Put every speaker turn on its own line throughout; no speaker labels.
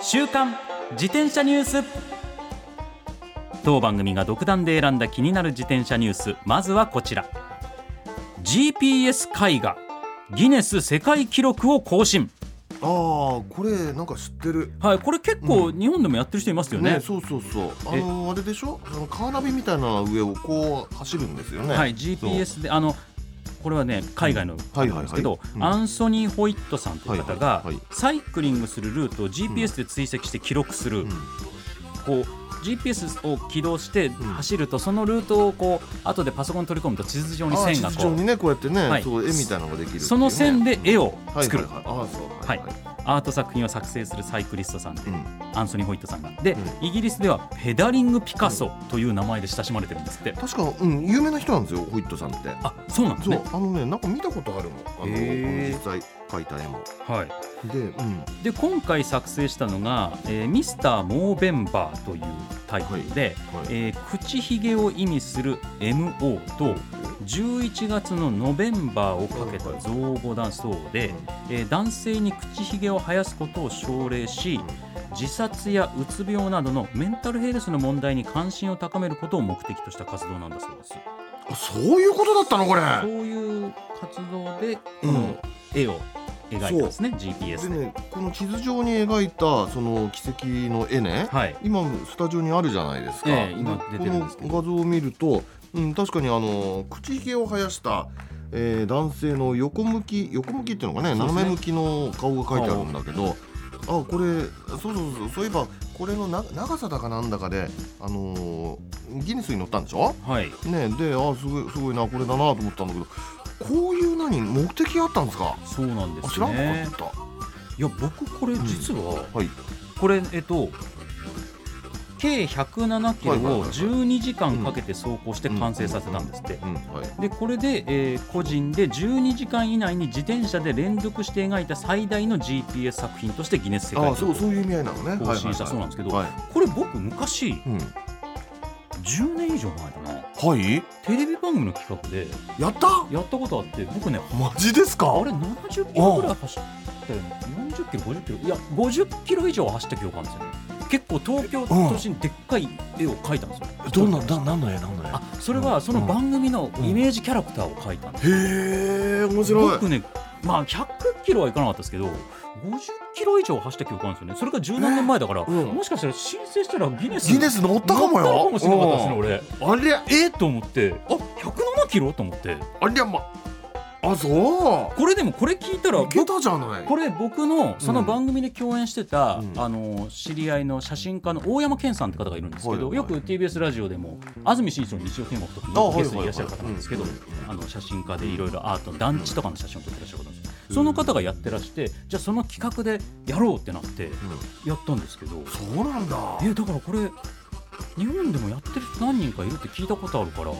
週刊自転車ニュース当番組が独断で選んだ気になる自転車ニュースまずはこちら GPS 絵画ギネス世界記録を更新
ああこれなんか知ってる
はいこれ結構日本でもやってる人いますよね,、
そうそうそうあのあれでしょあのカーナビみたいなの上をこう走るんですよね
はい GPS であのこれはね海外の
はいはいはい
ですけど、
うん
アンソニー・ホイットさんという方
は
が
いはいはい
サイクリングするルートを GPS で追跡して記録する、
うん
こう GPS を起動して
ん
走ると、そのルートをこう後でパソコンに取り込むと地図上に
あー
線
地
が
図
こ
上
う
にねこうやってね、
はい
そう絵みたいなのができるっていうね
その線で絵を
はい
作る、
はいはいあーそうはいはい、
アート作品を作成するサイクリストさんで、
うん
アンソニー・ホイットさんがで、
う
イギリスではペダリング・ピカソという名前で親しまれてるんですって、
確か、うん、有名な人なんですよホイットさんって
あそうなんです
そう、
ね
あのねなんか見たことあるもんあの
へー
実際描いた絵も
はい
で、うん、
で今回作成したのが、えーミスターモーベンバーというタイトルで、
はい
えー口ひげを意味する MO と11月のノベンバーをかけた造語だそうで、えー男性に口ひげを生やすことを奨励し自殺やうつ病などのメンタルヘルスの問題に関心を高めることを目的とした活動なんだそうです。
あそういうことだったのこれ
そういう活動でこ
うん
の絵を描いたんですね GPS
で
で。
ねこの地図上に描いたその奇跡の絵ね、
はい
今スタジオにあるじゃないですか、
ええ今出てるんですけど
この画像を見ると、うん、確かにあの口ひげを生やした、えー男性の横向き横向きっていうのがね
そうですね
斜め向きの顔が描いてあるんだけどあこれそうそうそうそういえばこれのな長さだかなんだかで、あのーギネスに載ったんでしょ
はい
ねであすごいすごいなこれだなと思ったんだけどこういう何目的あったんですか
そうなんで
あ
す
知らんか
ね。
った、
いや僕これ実は、
はい
これえっと計107キロ
はいはいは
を
いはい
12時間かけて走行して完成させたんですって。
うんはい
でこれで、えー個人で12時間以内に自転車で連続して描いた最大の GPS 作品としてギネス世界
ああ
記
そう
録
そういう意味合いなのね
を更新したそうなんですけど、
はい
これ僕昔
うん
10年以上前かな
はい
テレビ番組の企画で
やった
やったことあって僕ね
マジですか
あれ70キロぐらい走ったよね40キロ50キロいや50キロ以上走った記憶あるんですよね結構東京都心でっかい絵を描いたんですよ、
どんなだ何の絵何の絵
あそれはその番組のイメージキャラクターを描いたんです、
へえ面白い
僕ねまあ100キロはいかなかったですけど50キロ以上走った記憶あるんですよねそれが十何年前だから、
うん
もしかしたら申請したらギネス
ギネス乗ったかも
乗っ
よ
たかもしれなかったですね
うん
俺
ありゃ
えっと思ってあ107キロと思って
ありゃまあそ
これでもこれ聞いた
う
ら
いけたじゃない
これ僕のその番組で共演してた、
うん
あの知り合いの写真家の大山健さんって方がいるんですけど、
はいはい
よく TBS ラジオでも安住紳一郎の日曜天国とかに
あ
よ
はい
く
はい
ゲストにい
はい
らっしゃる方なんですけど
うん
あの写真家でいろいろアート団地とかの写真を撮ってらっしゃる方なんですその方がやってらしてじゃあその企画でやろうってなってやったんですけど、
うんそうなんだ
えだからこれ日本でもやってる人何人かいるって聞いたことあるから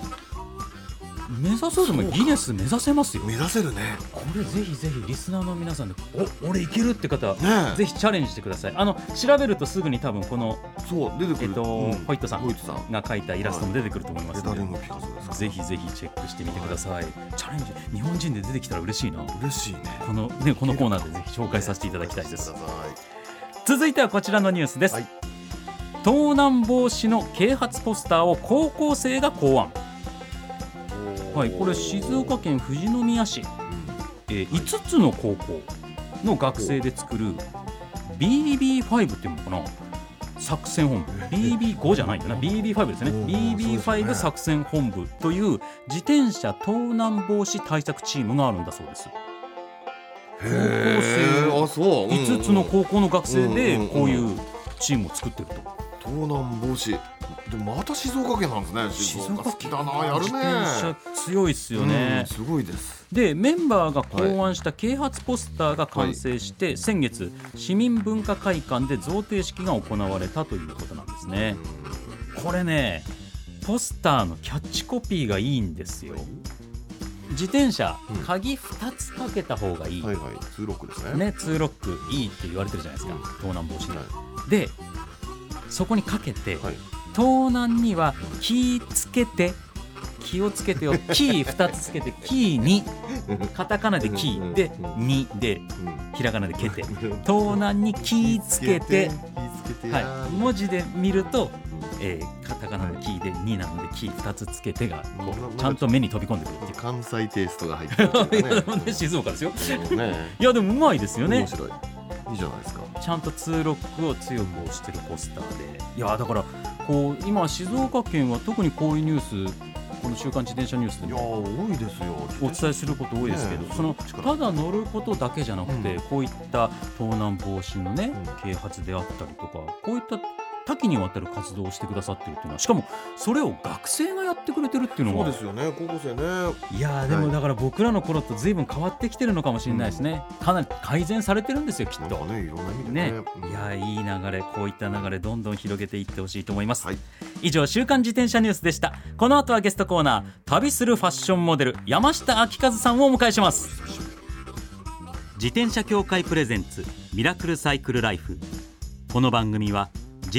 目指そうでもギネス目指せますよ
目指せるね
これぜひぜひリスナーの皆さんでお俺いけるって方
ねえ
ぜひチャレンジしてください。あの調べるとすぐに多分この
そう出てく
え
る
っと
うん
ホイットさん
ホイットさん
が描いたイラストも出てくると思いま
ペ
す
ダリン
の
グピカソですか
で、ぜひぜひチェックしてみてください。チャレンジ日本人で出てきたら嬉しいな。
嬉しいね
このねこのコーナーでぜひ紹介させていただきたいです
く。ださい
続いてはこちらのニュースです。
はい
盗難防止の啓発ポスターを高校生が考案。はい、これ静岡県富士宮市、えー、5つの高校の学生で作る BB5 っていうのかな作戦本部 BB5 じゃないんだな BB5 ですね
うんそうです
BB5
ね
作戦本部という自転車盗難防止対策チームがあるんだそうです
へえあそううんうん
5つの高校の学生で
うんうんうん
こういうチームを作ってると
盗難防止でもまた静岡県なんですね静岡好きだなやるね
自転車強いっすよね
うん、すごいです
でメンバーが考案した啓発ポスターが完成して、先月市民文化会館で贈呈式が行われたということなんですね。これねポスターのキャッチコピーがいいんですよ。自転車、
うん
鍵2つかけた方がいい、
はいはい通録ですね
ね、2ロックいいって言われてるじゃないですか、
う
盗
ん
難防止の。
は
でそこにかけて、
いはい
盗難には気ぃつけて気をつけて よキー2つつけてキーにカタカナでキーで2でひらがなでけて盗難に気ぃつけて
気、ぃつけてや
はい、文字で見ると、えーカタカナでキーで2なのでキー2つつけてがこ
うん
うちゃんと目に飛び込んでくる
関西テイストが入ってるってい
っていうう
か
で静岡ですよ
ねそうね
いやでもうまいですよね
面白いいいじゃないですか
ちゃんと通ロックを強く推してるポスターでいやだからこう今静岡県は特にこういうニュースこの「週刊自転車ニュース」で
いや
も
多いですよ
お伝えすること多いですけど、
ねえ
その
力
ただ乗ることだけじゃなくて、
うん
こういった盗難防止のね、
うん
啓発であったりとかこういった多岐にわたる活動をしてくださってるっていうのはしかもそれを学生がやってくれてるっていうの
そう
が
ですよね高校生ね
いやーでもだから僕らの頃と随分変わってきてるのかもしれないですね、かなり改善されてるんですよきっ
なん
と
か。ねいろんな意味でね
ね、いやいい流れこういった流れどんどん広げていってほしいと思います、
はい
以上週刊自転車ニュースでしたこの後はゲストコーナー旅するファッションモデル山下明和さんをお迎えします自転車協会プレゼンツミラクルサイクルライフこの番組は自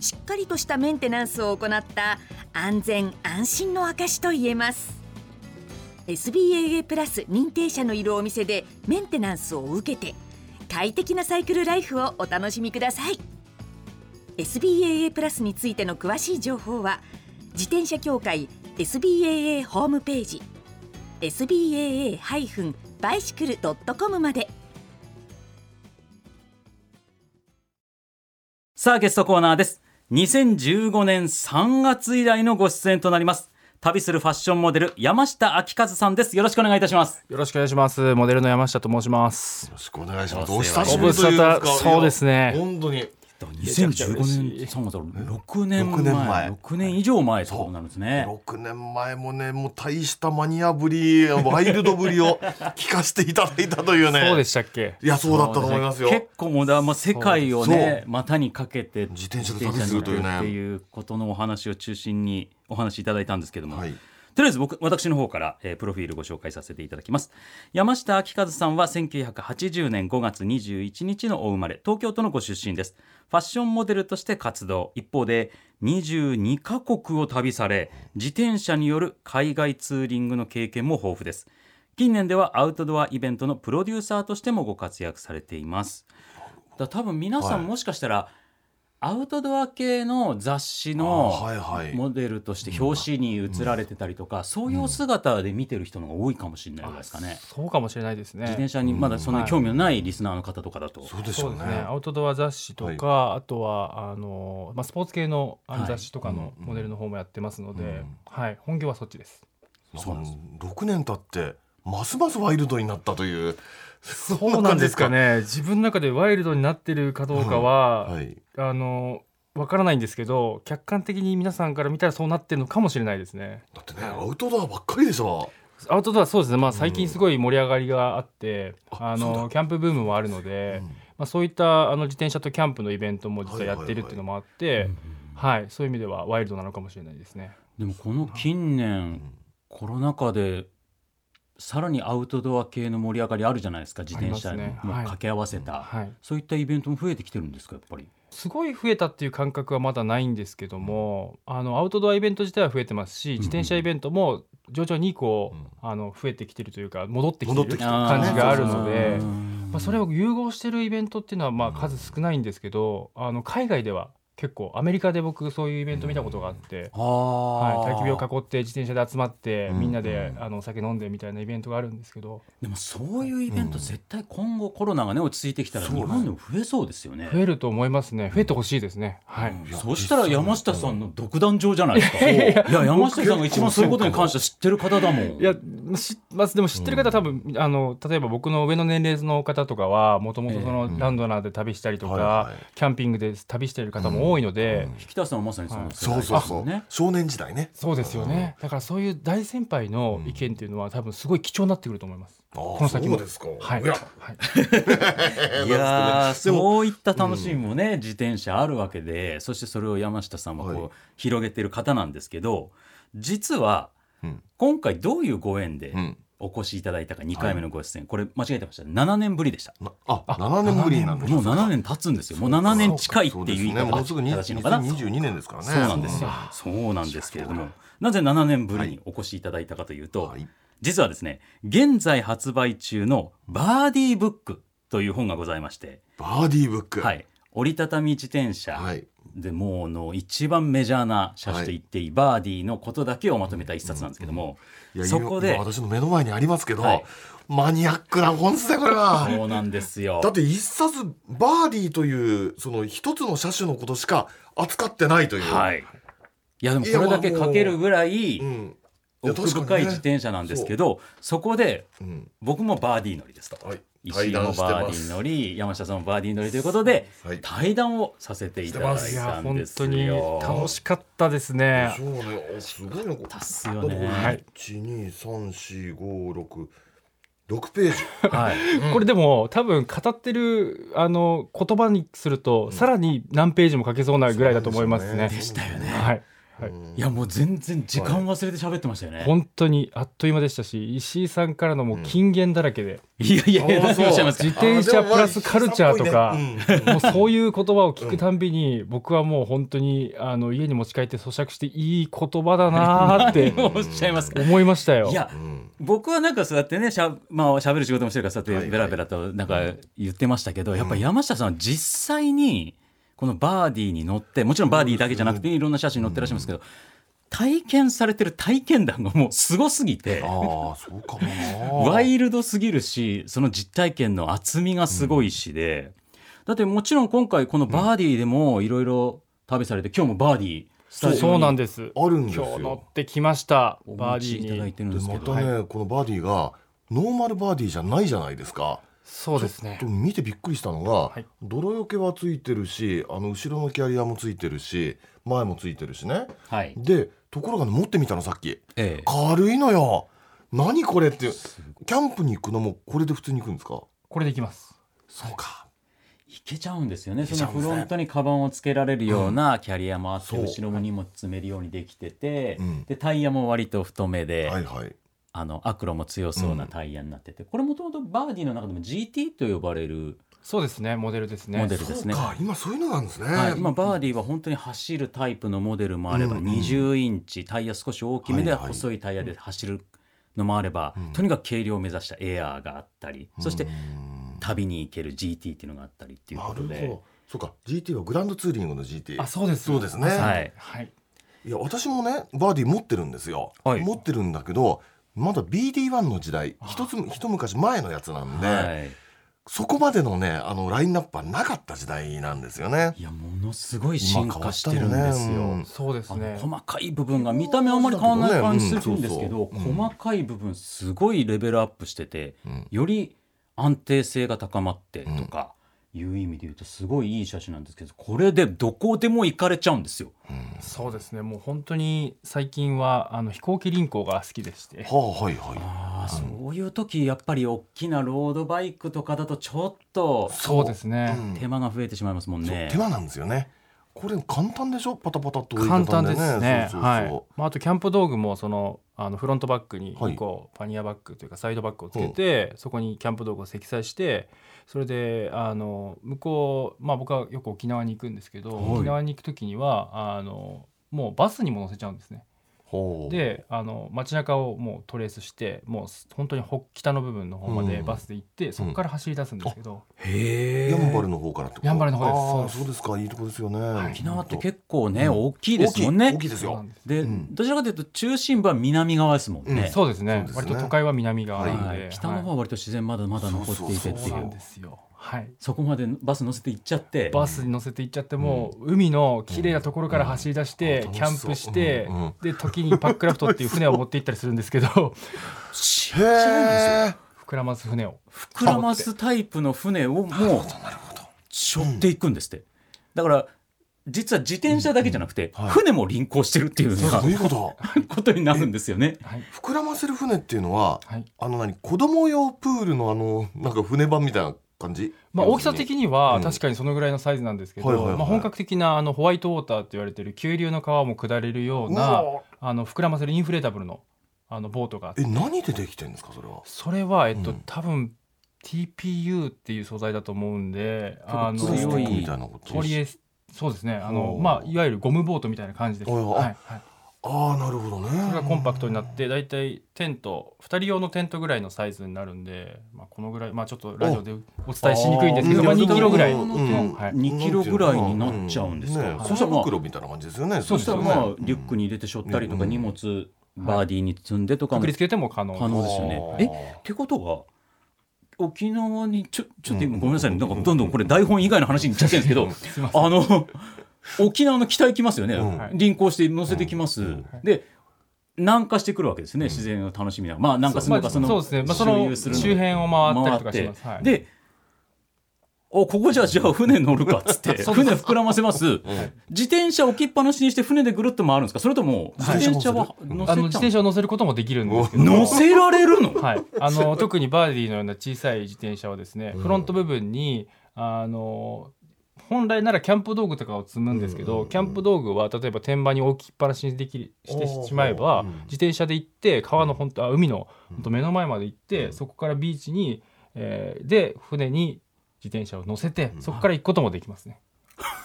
しっかりとしたメンテナンスを行った安全安心の証と言えます SBAA プラス認定者のいるお店でメンテナンスを受けて快適なサイクルライフをお楽しみください SBAA プラスについての詳しい情報は自転車協会 SBAA ホームページ SBAA-bicycle.com まで
さあゲストコーナーです2015年3月以来のご出演となります旅するファッションモデル山下明和さんですよろしくお願いいたします
よろしくお願いします。モデルの山下と申します。
ろしくお願いします。
お
お
久
久
し
しぶ
ぶり
り
と
と
い
いうう
か
か。
そうですね
いや本当に。
めちゃくちゃ嬉し
2015
い
年3月だろ6年前
6年前
6年以上前ってことなんですね
6年前もね、もう大したマニアぶり、ワイルドぶり を聞かせていただいたというね。
そうでしたっけ
いや、そうだったと思いますよ。
結構もうだ、まあ、世界をね股にかけて
自転車で旅するという
自転車に乗るっ
ね
ていうことのお話を中心にお話しいただいたんですけども、
はい
とりあえず僕私の方から、えープロフィールご紹介させていただきます山下明和さんは1980年5月21日のお生まれ東京都のご出身ですファッションモデルとして活動一方で22カ国を旅され自転車による海外ツーリングの経験も豊富です近年ではアウトドアイベントのプロデューサーとしてもご活躍されていますだ多分皆さん
はい
もしかしたら、アウトドア系の雑誌
あ
の
はいはい。
モデルとして表紙に映られてたりとか、そういう姿で見てる人の方が多いかもしれないですかね。
そうかもしれないですね。
自転車にまだそんなに興味のないリスナーの方とかだと、
そうでし
そ
ょ
う
う
で
ね
す。ね。アウトドア雑誌とか、あとはあのまあスポーツ系のあ
は
の
い
雑誌とかの
うんうん
モデルの方もやってますので、
うん
はい、本業はそっちです。
そうなんです
6年経って、ますますワイルドになったという。そ
そうなんですか。ね。自分の中でワイルドになってるかどうかは、
はい。
あのわからないんですけど、客観的に皆さんから見たらそうなってるのかもしれないですね。
だってね、アウトドアばっかりでしょ。
アウトドアそうですね。まあ最近すごい盛り上がりがあって、
あ
あ
そう
の
だ
キャンプブームもあるので。
うん
まあ、そういったあの自転車とキャンプのイベントも実はやってるっていうのもあって、はいそういう意味ではワイルドなのかもしれないですね。
でもこの近年コロナ禍でさらにアウトドア系の盛り上がりあるじゃないですか自転車
あり
も
ますねはい
掛け合わせた、
はい、
そういったイベントも増えてきてるんですかやっぱり。
すごい増えたっていう感覚はまだないんですけどもあのアウトドアイベント自体は増えてますし
ん
自転車イベントも徐々にこう、
うん
あの増えてきてるというか戻ってきて
戻って
る
きてる
感じがあるの
あ
で
ー。
まあ、それを融合してるイベントっていうのはまあ数少ないんですけどあの海外では結構アメリカで僕そういうイベント見たことがあって、
あー
はい、焚き火を囲って自転車で集まって
うん
みんなであのお酒飲んでみたいなイベントがあるんですけど
でもそういうイベント
うん
絶対今後コロナがね落ち着いてきたら
そう
日
です
本でも増えそうですよね。
増えると思いますね増えてほしいですねはい、
うんそしたら山下さんの独壇場じゃないですか。いや山下さんが一番そういうことに関しては知ってる方だもん。
いやしまあ、でも知ってる方は多分、あの例えば僕の上の年齢の方とかはもともとそ
ええ
のランドナーで旅したりとか、
はいはい
キャンピングで旅してる方も多いので、
うん
引田さんはまさにその世代
そう
です
そ
よ
うそう、
ね。
少年時代ね
そうですよね、だからそういう大先輩の意見っていうのは多分すごい貴重になってくると思います。
こ
この先も
そうですか
はい、
や
はい
いやー
でも
そういった楽しみもね、自転車あるわけでそしてそれを山下さんはこう、
はい
広げてる方なんですけど実は
うん
今回どういうご縁で
うん
お越しいただいたか2回目のご出演、これ間違えてました7年ぶりでした。
なあ7年ぶりになる
もう7年経つんですよもう7年近いっていう言い
そうですね
方
も
が
うすぐ
正しいのかな
2022年ですからね
そうなんですよ。そうなんですけれども、なぜ7年ぶりにお越しいただいたかというと、
はい
実はですね、現在発売中のバーディーブックという本がございまして、
バーディーブック
はい、折りたたみ自転車
はい
でもうあの一番メジャーな車種と言っていい、バーディーのことだけをまとめた一冊なんですけども、
いや
そこで
今私の目の前にありますけど、
はい
マニアックな本ですねこれは
そうなんですよ
だ。って一冊バーディーというその一つの車種のことしか扱ってないという、
はい。いやでもこれだけ書けるぐらい
うんいや
奥
確
深
か
い
にね
自転車なんですけど、そこで
うん
僕もバーディー乗りですと。
はい、
石井もバーディー乗り山下さんもバーディー乗りということで
はい
対談をさせていただい
いや
たん
本
です
当
よ。
に楽しかったですね
そうねあすごいなこ
たっすよね
はい
一二三四五六六ページ
はい、
これでも多分語ってるあの言葉にすると、さらに何ページも書けそうなぐらいだと思いますね。
でしたよね
はいはい
いやもう全然時間忘れて喋ってましたよね。
本当にあっという間でしたし石井さんからのもう金言だらけで、
いやいやいや
あ
何
ー
をおっしゃいますか
自転車プラスカルチャーとかもうそういう言葉を聞くたんびに、僕はもう本当にあの家に持ち帰って咀嚼していい言葉だなーって
何をおっしゃいますか。
思いましたよ。
いや僕はなんかそうやってねしゃまあ喋る仕事もしてるからそうやっ
は
て
い
ベラベラとなんか言ってましたけど、やっぱ山下さんは実際にこのバーディーに乗ってもちろんバーディーだけじゃなくていろんな写真に載ってらっしゃいますけど、体験されてる体験談がもうすごすぎて。
ああそうかもな
ワイルドすぎるしその実体験の厚みがすごいしで、だってもちろん今回このバーディーでもいろいろ旅されて、今日もバーディースタジ
そう
オ
な
に
んです。
あるんです
今日乗
よ
ってきました
お
バー
持
デ
ち
ィ
いた
ー
だ
に
い。てるん
で
ですけ
ま
ど、
たねこのバーディーがノーマルバーディーじゃないじゃないですか
そうですね
ちょっ。と見てびっくりしたのが、
い
泥よけはついてるしあの後ろのキャリアもついてるし前もついてるしね
はい、
でところがね持ってみたのさっき
ええ、
軽いのよ何これってキャンプに行くのもこれで普通に行くんですか
これでいきます。
そうか
いけちゃうんですよね
け
そ
ちゃ
の
うんですね
フロントにカバンをつけられるようなキャリアもあって、
そう
後ろも荷物詰めるようにできてて、
うん
でタイヤも割と太めで、
はいはい
あのアクロも強そうなタイヤになってて、これもともとバーディーの中でも GT と呼ばれる、
そうですね。モデルですね。
モデル
そ
です
う
ね
か今そういうのなんですね、
はい、今バーディーは本当に走るタイプのモデルもあれば、
うんうん
20インチタイヤ少し大きめで
はいはい
細いタイヤで走るのもあれば、
うん
とにかく軽量を目指したエアーがあったり、そして
うん
旅に行ける GT っていうのがあったりっていう
な
こ
るほ
とで
ど。そうか GT はグランドツーリングの GT
あ、そうです。
そうですね
はい
はい。
いや私もねバーディー持ってるんですよ、
はい
持ってるんだけどまだ BD1 の時代一つ一昔前のやつなんで、
はい、
そこまでのねあのラインナップはなかった時代なんですよね
いやものすごい進化してるんですよ。
今
そうです
あの
ね。
細かい部分が見た目あんまり変わらない感じするんですけど、
うんそうそううん
細かい部分すごいレベルアップしてて、
うん
より安定性が高まってとかいう意味で言うとすごいいい写真なんですけどこれでどこでも行かれちゃうんですよ。
そうですね。もう本当に最近はあの飛行機輪行が好きでして。
はあはいは
ああそういう時やっぱり大きなロードバイクとかだとちょっと
そうです
い、
ね。
うん
手間が増えてしまいますもんね
手。間なんですよねこれ簡単でしょパタパタと折りた
簡
た
単
ん
ですね。
そうそうそう
はい。まああとキャンプ道具もそのあのフロントバッグに
はい
1個パニアバッグというかサイドバッグをつけて、そこにキャンプ道具を積載して、それであの向こうまあ僕はよく沖縄に行くんですけど、
はい
沖縄に行くときにはあのもうバスにも乗せちゃうんですね。
ほう
であの街中をもうトレースしてもうす本当に北北の部分の方まで
うん
バスで行って、そこから走り出すんですけど、
へえ
ヤンバルの方からってこと
やんばるの方です
ああ
そ
そううですかいいとこですよね、
沖縄って結構ね、大きい
構
ですもんね
大きいです
そうな
よ
んです
で、
うん
どちらかというと中心部は南側ですもんね、
うん
そうですね
そうですね
割と都会は南側
は
ないんで、
北の方は割と自然まだまだ残っていてって
そ
いうう
なんですよはい
そこまでバス乗せて行っちゃって
バスに乗せて行っちゃってもう海の綺麗なところから走り出して、
うん
キャンプして、
うんうん
で時にパックラフトっていう船を持って行ったりするんですけど
し
へえ
膨らます船を
膨らますタイプの船をもう背負っていくんですって、だから実は自転車だけじゃなくて、
うんはい
船も輪行してるっていうような
どういうこと
ことになるんですよね。
はい、
膨らませる船っていうのは
はい
あの何子供用プールのあのなんか船版みたいな感じ
まあ、大きさ的に
う
は
ん
確かにそのぐらいのサイズなんですけど、
はいはいはい
まあ、本格的なあのホワイトウォーターって言われてる急流の川も下れるような
うわ
あの膨らませるインフレータブルのあのボートがあって
え何でできてるんですかそれは
それは、えっ
う
と
ん
多分 TPU っていう素材だと思うんであの
結構強い
プラスチックみたいなこと
ポリエスそうですねあの
お、ー
まあ、いわゆるゴムボートみたいな感じです、
お
はいい
おい
はい、
ああなるほどね
それがコンパクトになって大体テント2人用のテントぐらいのサイズになるんで、まあ、このぐらい、まあ、ちょっとラジオでお伝えしにくいんですけど
おー
まあ、2キロぐらい、
うん
うんはい
2キロぐらいになっちゃうんですか、
ね
そ
小
した
車
らまあ
袋みたいな感じですよね
そしたらまあリュック
に
に入れて背負ったりとか
うん
荷物バーディーに積んでとかも
くくりつけても可能
可能ですよね。えってことは沖縄にちょちょっと今ごめんなさいねなんかどんどんこれ台本以外の話にいっちゃってるんですけどあの沖縄の北行きますよね、
うん
臨港して乗せてきます、
うん
で南下してくるわけですね、自然を楽しみながらまあ南下する
ま
の
あ、
かその
そうですね、まあ、そ
周
の
遊するのか
周辺を回
回
ったりと
っ
かしてます、はい、
でおここじゃあじゃあ船乗るかっつって 船膨らませます自転車置きっぱなしにして船でぐるっと回るんですかそれとも自
はい
転車は乗せ
あの
ち
自
ゃ
転車を乗せることもできるんですけど
乗せられるの
はい、あの特にバーディーのような小さい自転車はですね、フロント部分にあの本来ならキャンプ道具とかを積むんですけど、キャンプ道具は例えば天板に置きっぱなしにできるしてしまえば、
うん
自転車で行って川の本当あ海の本当目の前まで行って、
うん
そこからビーチに、えーで船に自転車を乗せてそこから行くこともできますね。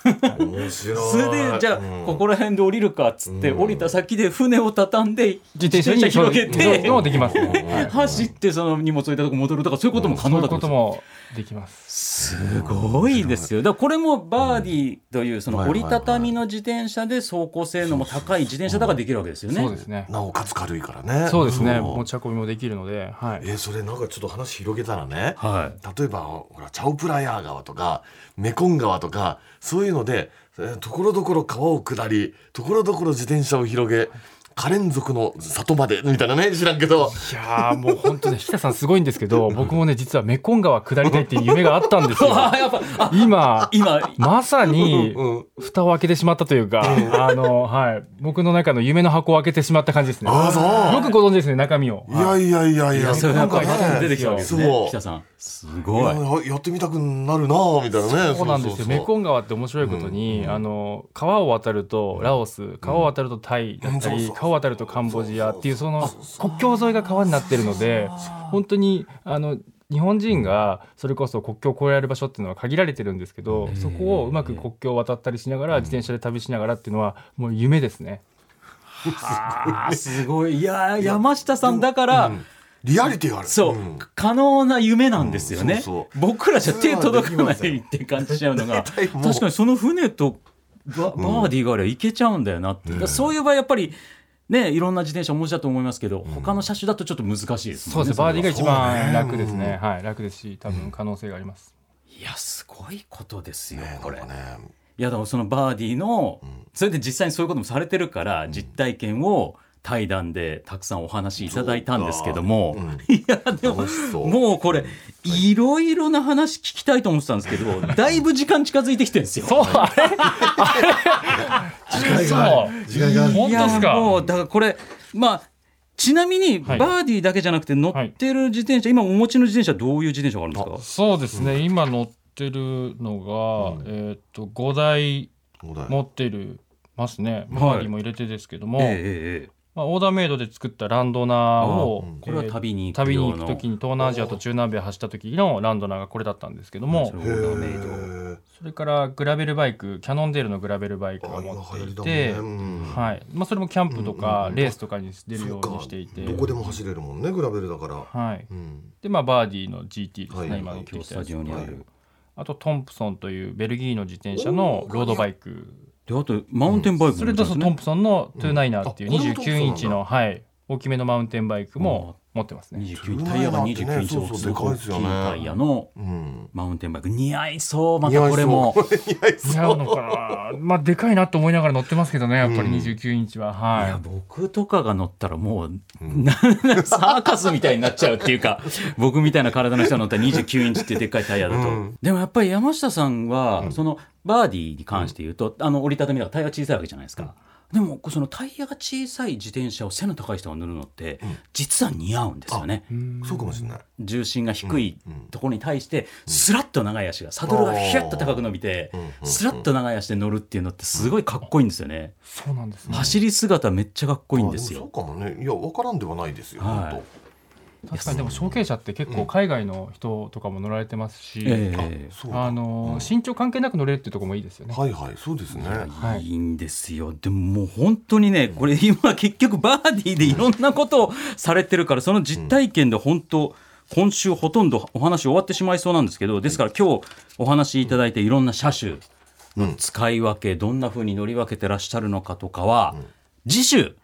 面白い
それでじゃあここら辺で降りるかっつって
うん
降りた先で船を畳んで
自転車に
広げ
乗せ
て
ることもできますね。はい
走ってその荷物置いたとこ戻るとかそういうことも可能だ
そ
っ
ういう
てこと
こと
で
もできます。
すすごいですよだからこれもバーディーというその
はい
折
はい
り
はい
たたみの自転車で走行性能も高い自転車だからできるわけですよね
そうですね。
なおかつ軽いからね
そうですね。
ん
持ち運びもできるので、はい。
えーそれなんかちょっと話広げたらね
はい
例えばほらチャオプラヤー川とかメコン川とかそういうのでえーところどころ川を下りところどころ自転車を広げ可連続の里までみたいなね知らんけど
いやーもう 本当ね、日田さんすごいんですけど、僕もね、実はメコン川下りたいっていう夢があった んですよ。
あやっぱあ
今、
今
まさに
う、ん
蓋を開けてしまったというか、あの、はい、僕の中の夢の箱を開けてしまった感じですね。
あ
よ
あそう
くご存知ですね、中身を。
いや
はい
いやいやいや
それ
な
なんん
か
か
ね
出てきたわけです
そ
ね
う
北さんす ごい
いややってみたくなるなあみたいなね
そうなんですよ。メコ
ン
ン川って面白いことに、あの、川を渡るとラオス、川を渡るとタイだった
うん
り、
そうそう
川を渡るとカンボジアっていう、その
う
国境沿いが川になってるので、本当に、あの、日本人がそれこそ国境を越えられる場所っていうのは限られてるんですけどそこをうまく国境を渡ったりしながら自転車で旅しながらっていうのはもう夢ですね。
あーすごいいやー山下さんだから、
リアリティがある
そう、
ん
可能な夢なんですよね、
うんそう
僕らじゃ手届かな
それはで
い
き
って感じしちゃうのが
絶対もう
確かにその船とババーディーがあればいけちゃうんだよなって、だからそういう場合やっぱりねいろんな自転車お持ちだと思いますけど、他の車種だとちょっと難しいです
そ
も
うんで
ね
すね。バーディーが
そ
一番楽ですね。はい、楽ですし、多分可能性があります。
れはいやすごいことですよ、
ね
これ、
なんかね
いやだからそのバーディーの、それで実際にそういうこともされてるから、実体験を対談でたくさんお話いただいたんですけども、
そうか
いやでも
楽しそう
もうこれいろいろな話聞きたいと思ってたんですけど、だいぶ時間近づいてきてるんですよ。
そう、あれ、
時間がある時間がある
本当です
いや
か。
もうだからこれまあちなみに
は
バ
い
ーディーだけじゃなくて乗ってる自転車、今お持ちの自転車どういう自転車があるんですか
そうですね。今乗ってるのが、えっと、五台
お題
持ってるますね
はい
周りも入れてですけども、
えええええ
まあ、オーダーメイドで作ったランドナーを
あ
あうん
これは旅に行く
旅に
用
行く
の
時に東南アジアと中南米走った時のランドナーがこれだったんですけども
なる
へ
ほどね
ー
それからグラベルバイクキャノンデールのグラベルバイクを
あ今
持っ
流行
て
り
い
だもん
て
ね、うん
はいまあ、それもキャンプと
うんうん
か
うん
レースとかに出るよう
そ
に
っか
していて、
どこでも走れるもんねグラベルだから、
はい、
うん、
でまあバーディーの GT ですね、
はい
今の
今日スタジオにある、
あとトンプソンというベルギーの自転車のロードバイク
であとマウンテンバイク
それとそのトンプソンの
うん
29っていう
あこれもトンプソン
29
なんだ
インチの、はい、大きめのマウンテンバイクも持ってますね。
二十九タイヤが二十九インチの
そうそうでかいですよ
大
ね
きいタイヤの
うん、
マウンテンバイク似合いそうまたこれも
似合いそうこれ似合いそう
似合うのかな、まあ、でかいなと思いながら乗ってますけどね、やっぱり
うん
29インチは、
いや
は
僕とかが乗ったらもう、
ん
なな サーカスみたいになっちゃうっていうか僕みたいな体の人が乗ったら29インチってでっかいタイヤだと、
うん
でもやっぱり山下さんは、
うん
そのバーディーに関して言うと、あの折りたたみだからタイヤ小さいわけじゃないですか、でもそのタイヤが小さい自転車を背の高い人が乗るのって、
うん
実は似合うんですよね
い。うん
そうかもしれない
重心が低い
うんうん
ところに対して、スラッと長い足がサドルがヒュッと高く伸びて、
うんうんうん
スラッと長い足で乗るっていうのってすごいかっこいいんですよね、
そうなんですね。
走り姿めっちゃかっこいいんです
あ
よ、
もそうかもねいやわからんではないですよ、
はい
本
確かにでも、証券車って結構海外の人とかも乗られてますし、
え
当
え
あそうだ
あの
うん
身長関係なく乗れるっていうところもいいですよね。
はいはいそうですね
はい
いいんですよでももう本当にねこれ今結局バーディーでいろんなことをされてるからその実体験で本当今週ほとんどお話終わってしまいそうなんですけどですから今日お話いただいていろんな車種の使い分けどんな風に乗り分けてらっしゃるのかとかは次週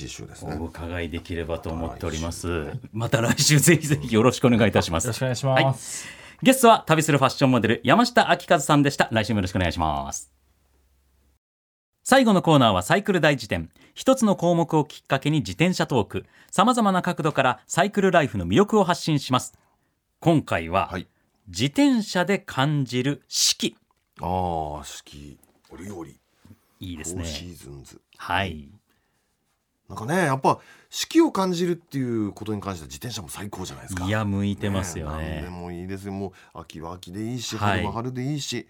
実習ですね
お伺いできればと思っておりますまた来週ぜひぜひよろしくお願いいたしま
よろ
す
しくお願いします。
ゲストは旅するファッションモデル山下明和さんでした。来週もよろしくお願いします。最後のコーナーはサイクル大辞典。一つの項目をきっかけに自転車トーク。様々な角度からサイクルライフの魅力を発信します。今回は、
はい
自転車で感じる四季。
ああ四季折々
いいです
オールシ
ね。
ーズンズ
はい。
なんかねやっぱ四季を感じるっていうことに関しては自転車も最高じゃないですか
いや、向いてますよ
え何で
ね。
もいいですよもう秋は秋でいいし
はい
春は春でいいし、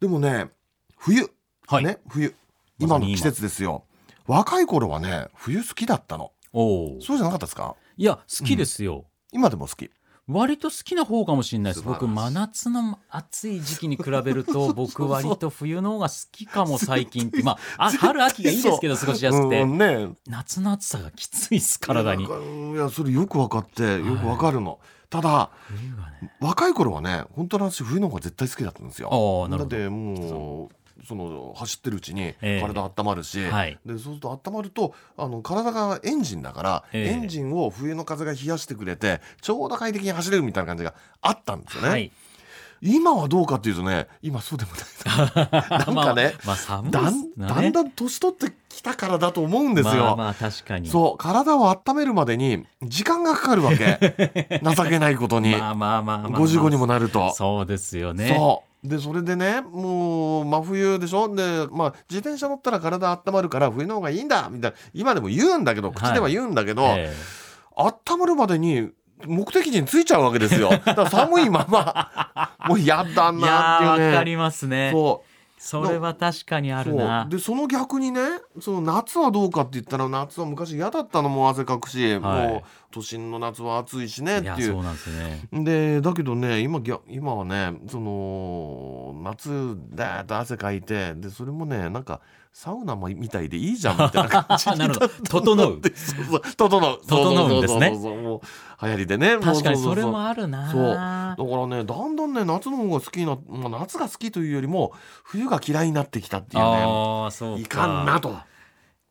でもね冬、
はい
ね冬
まさ
今
に今
の季節ですよ若い頃はね冬好きだったの
おお。
そうじゃなかったですか
いや、好きですよ。
今でも好き
割と好きな方かもしれないです
素晴らしい
僕真夏の暑い時期に比べ ると僕割と冬の方が好きかも最近ってま ああ春秋がいいですけど過ごしやすく
う
て
んね
夏の暑さがきついっす体に
いやいやそれよく分かってよく分かるの、ただ
冬がね
若い頃はね本当の話冬の方が絶対好きだったんですよ
あーなる
だ
ほ
っ
ど
てもうその走ってるうちに
ええ
体温まるし、
はい
でそうすると温まるとあの体がエンジンだから、
ええ
エンジンを冬の風が冷やしてくれてちょうど快適に走れるみたいな感じがあったんですよね、
はい
今はどうかっていうとね今そうでもない
なん
かね
まあ寒いっ
だ
す
んだんだん年取ってきたからだと思うんですよ、
まあまあ確かに
そう体を温めるまでに時間がかかる わけ情けないことに、
まあまあまあまあまあ
55にもなると
そうですよね
そうでそれでねもう真冬でしょで、まあ、自転車乗ったら体温まるから冬の方がいいんだみたいな今でも言うんだけど口では言うんだけど、
え
温まるまでに目的地に着いちゃうわけですよだから寒いまま もうやだ
えいやー
なっていう
わ
ね
かりますね
そう
それは確かにある
そ
な
うでその逆にねその夏はどうかって言ったら夏は昔嫌だったのもう汗かくし、
はい
もう都心の夏は暑いしねっ
い
て
や
いう
そうなんですよ ね
でだけどね今ぎゃ今はねその夏だーっと汗かいてでそれもねなんかサウナもみたいでいいじゃんみたい な感じに
なるほど整う
で そうそう整う
整うんですね
そうそうそうそうもう流行りでねもう
確かに
う
そうれ
う
もあるな
そうだからねだんだんね夏の方が好きな、まあ、夏が好きというよりも冬が嫌いになってきたっていうね
ああそうか
いかんなと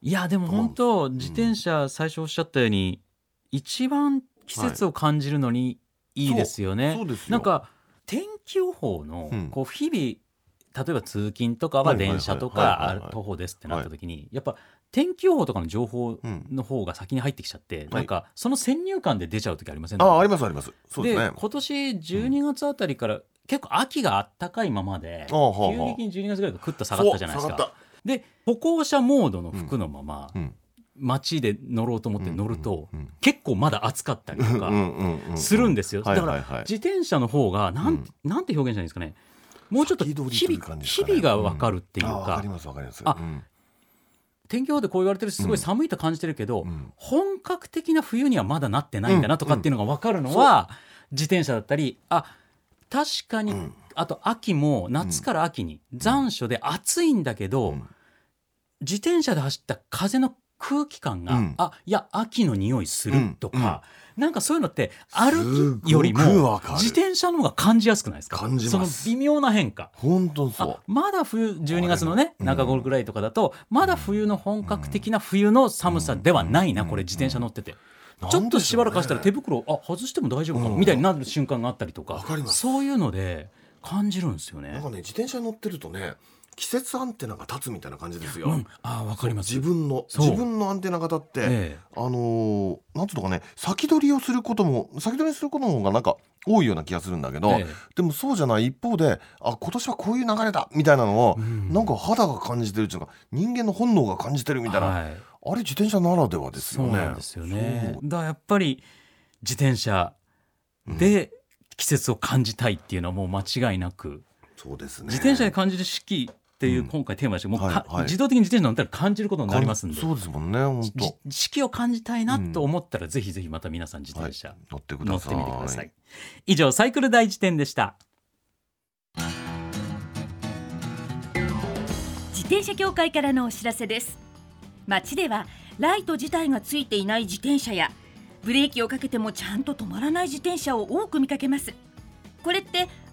いやでも本当自転車最初おっしゃったように、一番季節を感じるのにいいですよね。
そうですよ
なんか天気予報の
うん
こう日々例えば通勤とか
は
はい
はいはい
電車と
はいはい
か
はい
あ徒歩ですってなった時にやっぱ天気予報とかの情報の方が先に入ってきちゃって
ん
なんかその先入観で出ちゃう時ありません
ああありますありますそうですね
今年12月あたりから結構秋があったかいままで
ああはあはあ
急激に12月ぐらいがクッと下がったじゃないです
そう下
か
が。っ
で歩行者モードの服のまま
たうん
街で乗ろうと思って乗ると
うんうんうん
結構まだ暑かったりと
うん
か
うんうんうん
するんですよ。
は
だ
い
か
はいはい
ら自転車の方がなん
うん
なんて表現したらいいんですかねもうちょっと日
先
々
取りという感じです
日
かね
々が分かるっていう
あわか
か
りますわかります
あ
うん
天気予報でこう言われてるしすごい寒いと感じてるけど、
うん
本格的な冬にはまだなってないんだなとかっていうのが分かるのは、自転車だったりあ確かに、
うん
あと秋も夏から秋に残暑で暑いんだけど、
うん
自転車で走った風の空気感が、
うん
あいや秋の匂いするとか、なんかそういうのって
す
歩
ご
き
く
よりも
わかる
自転車の方が感じやすくないですか
感じます
その微妙な変化
本当そ
あ
う
まだ冬12月のね
うん
中頃ぐらいとかだとまだ冬の本格的な冬の寒さではないなこれ自転車乗ってて
なんでし
ち
ょ
ょ
うね
っとしばらく走ったら手袋あ外しても大丈夫かも
うん
みたいになる瞬間があったりとか
わかります
そういうので感じるんですよ
な
ね
んか。ね自転車に乗ってるとね季節アンテナが立つみたいな感じですよ、
うん、あわかります
自分の
そう
自分のアンテナが立って、
え
あのーなんていうのかね先取りをすることも先取りすることの方がなんか多いような気がするんだけど、
ええ
でもそうじゃない一方であ今年はこういう流れだみたいなのを、
うん
なんか肌が感じてるっていうか人間の本能が感じてる
え
みたいな、
はい
あれ自転車ならではです
そ
よ
う
ね。
なんですよね
そう。
だからやっぱり自転車で季節を感じたいっていうのはもう間違いなく
そうですね
自転車で感じる四季っていう
うん
今回テーマでしたけどもうか
はいはい
自動的に自転車乗ったら感じることになりますんで
そうですもんね本
じ
当
四季を感じたいなと思ったらぜひぜひまた皆さん自転車
乗ってく
乗
だ
って
さい
みてください。以上サイクル大辞典でした。
自転車協会からのお知らせです街ではライト自体がついていない自転車やブレーキをかけてもちゃんと止まらない自転車を多く見かけますこれって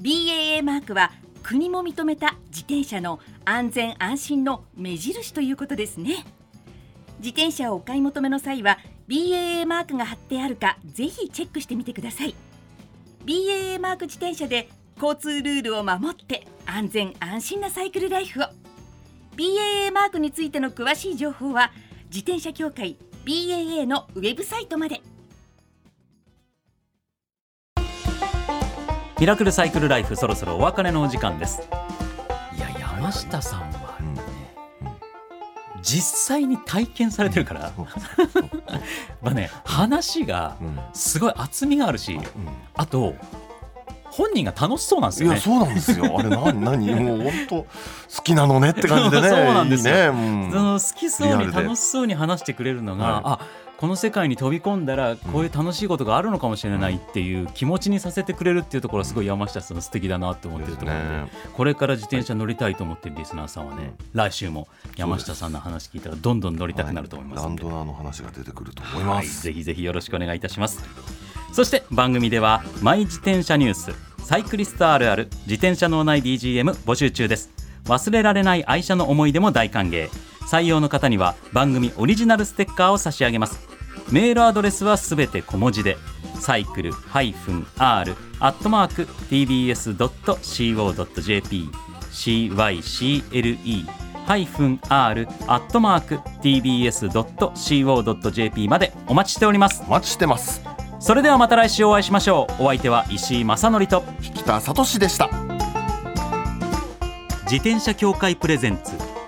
BAA マークは国も認めた自転車の安全安心の目印ということですね自転車をお買い求めの際は BAA マークが貼ってあるかぜひチェックしてみてください BAA マーク自転車で交通ルールを守って安全安心なサイクルライフを BAA マークについての詳しい情報は自転車協会 BAA のウェブサイトまで
ミラクルサイクルライフそろそろお別れのお時間です。いや山下さんはね、実際に体験されてるから、
そう
まあね話が
うん
すごい厚みがあるし、
うん
あと本人が楽しそうなんです
い
よ
や
ね。
そうなんですよあれ何何 もう本当好きなのねって感じで ね
そうなんですよ
いいねうん
その好きそう
リア
に
ルで
楽しそうに話してくれるのが、
はい
あこの世界に飛び込んだらこういう楽しいことがあるのかもしれないっていう気持ちにさせてくれるっていうところはすごい山下さん素敵だなって思ってると思うので
ですね
これから自転車乗りたいと思ってるリスナーさんはね、来週も山下さんの話聞いたらどんどん乗りたくなると思います
はラン
んで、
ドナーの話が出てくると思いま
は
す、
い、ぜひぜひよろしくお願いいたしますそして番組ではマイ自転車ニュースサイクリストあるある自転車脳内 BGM 募集中です忘れられない愛車の思い出も大歓迎採用の方には番組オリジナルステッカーを差し上げますメールアドレスはすべて小文字でサイクル -r アットマーク tbs.co.jp cycle -r アットマーク tbs.co.jp までお待ちしております
お待ちしてます
それではまた来週お会いしましょうお相手は石井正則と
北里志でした
自転車協会プレゼンツ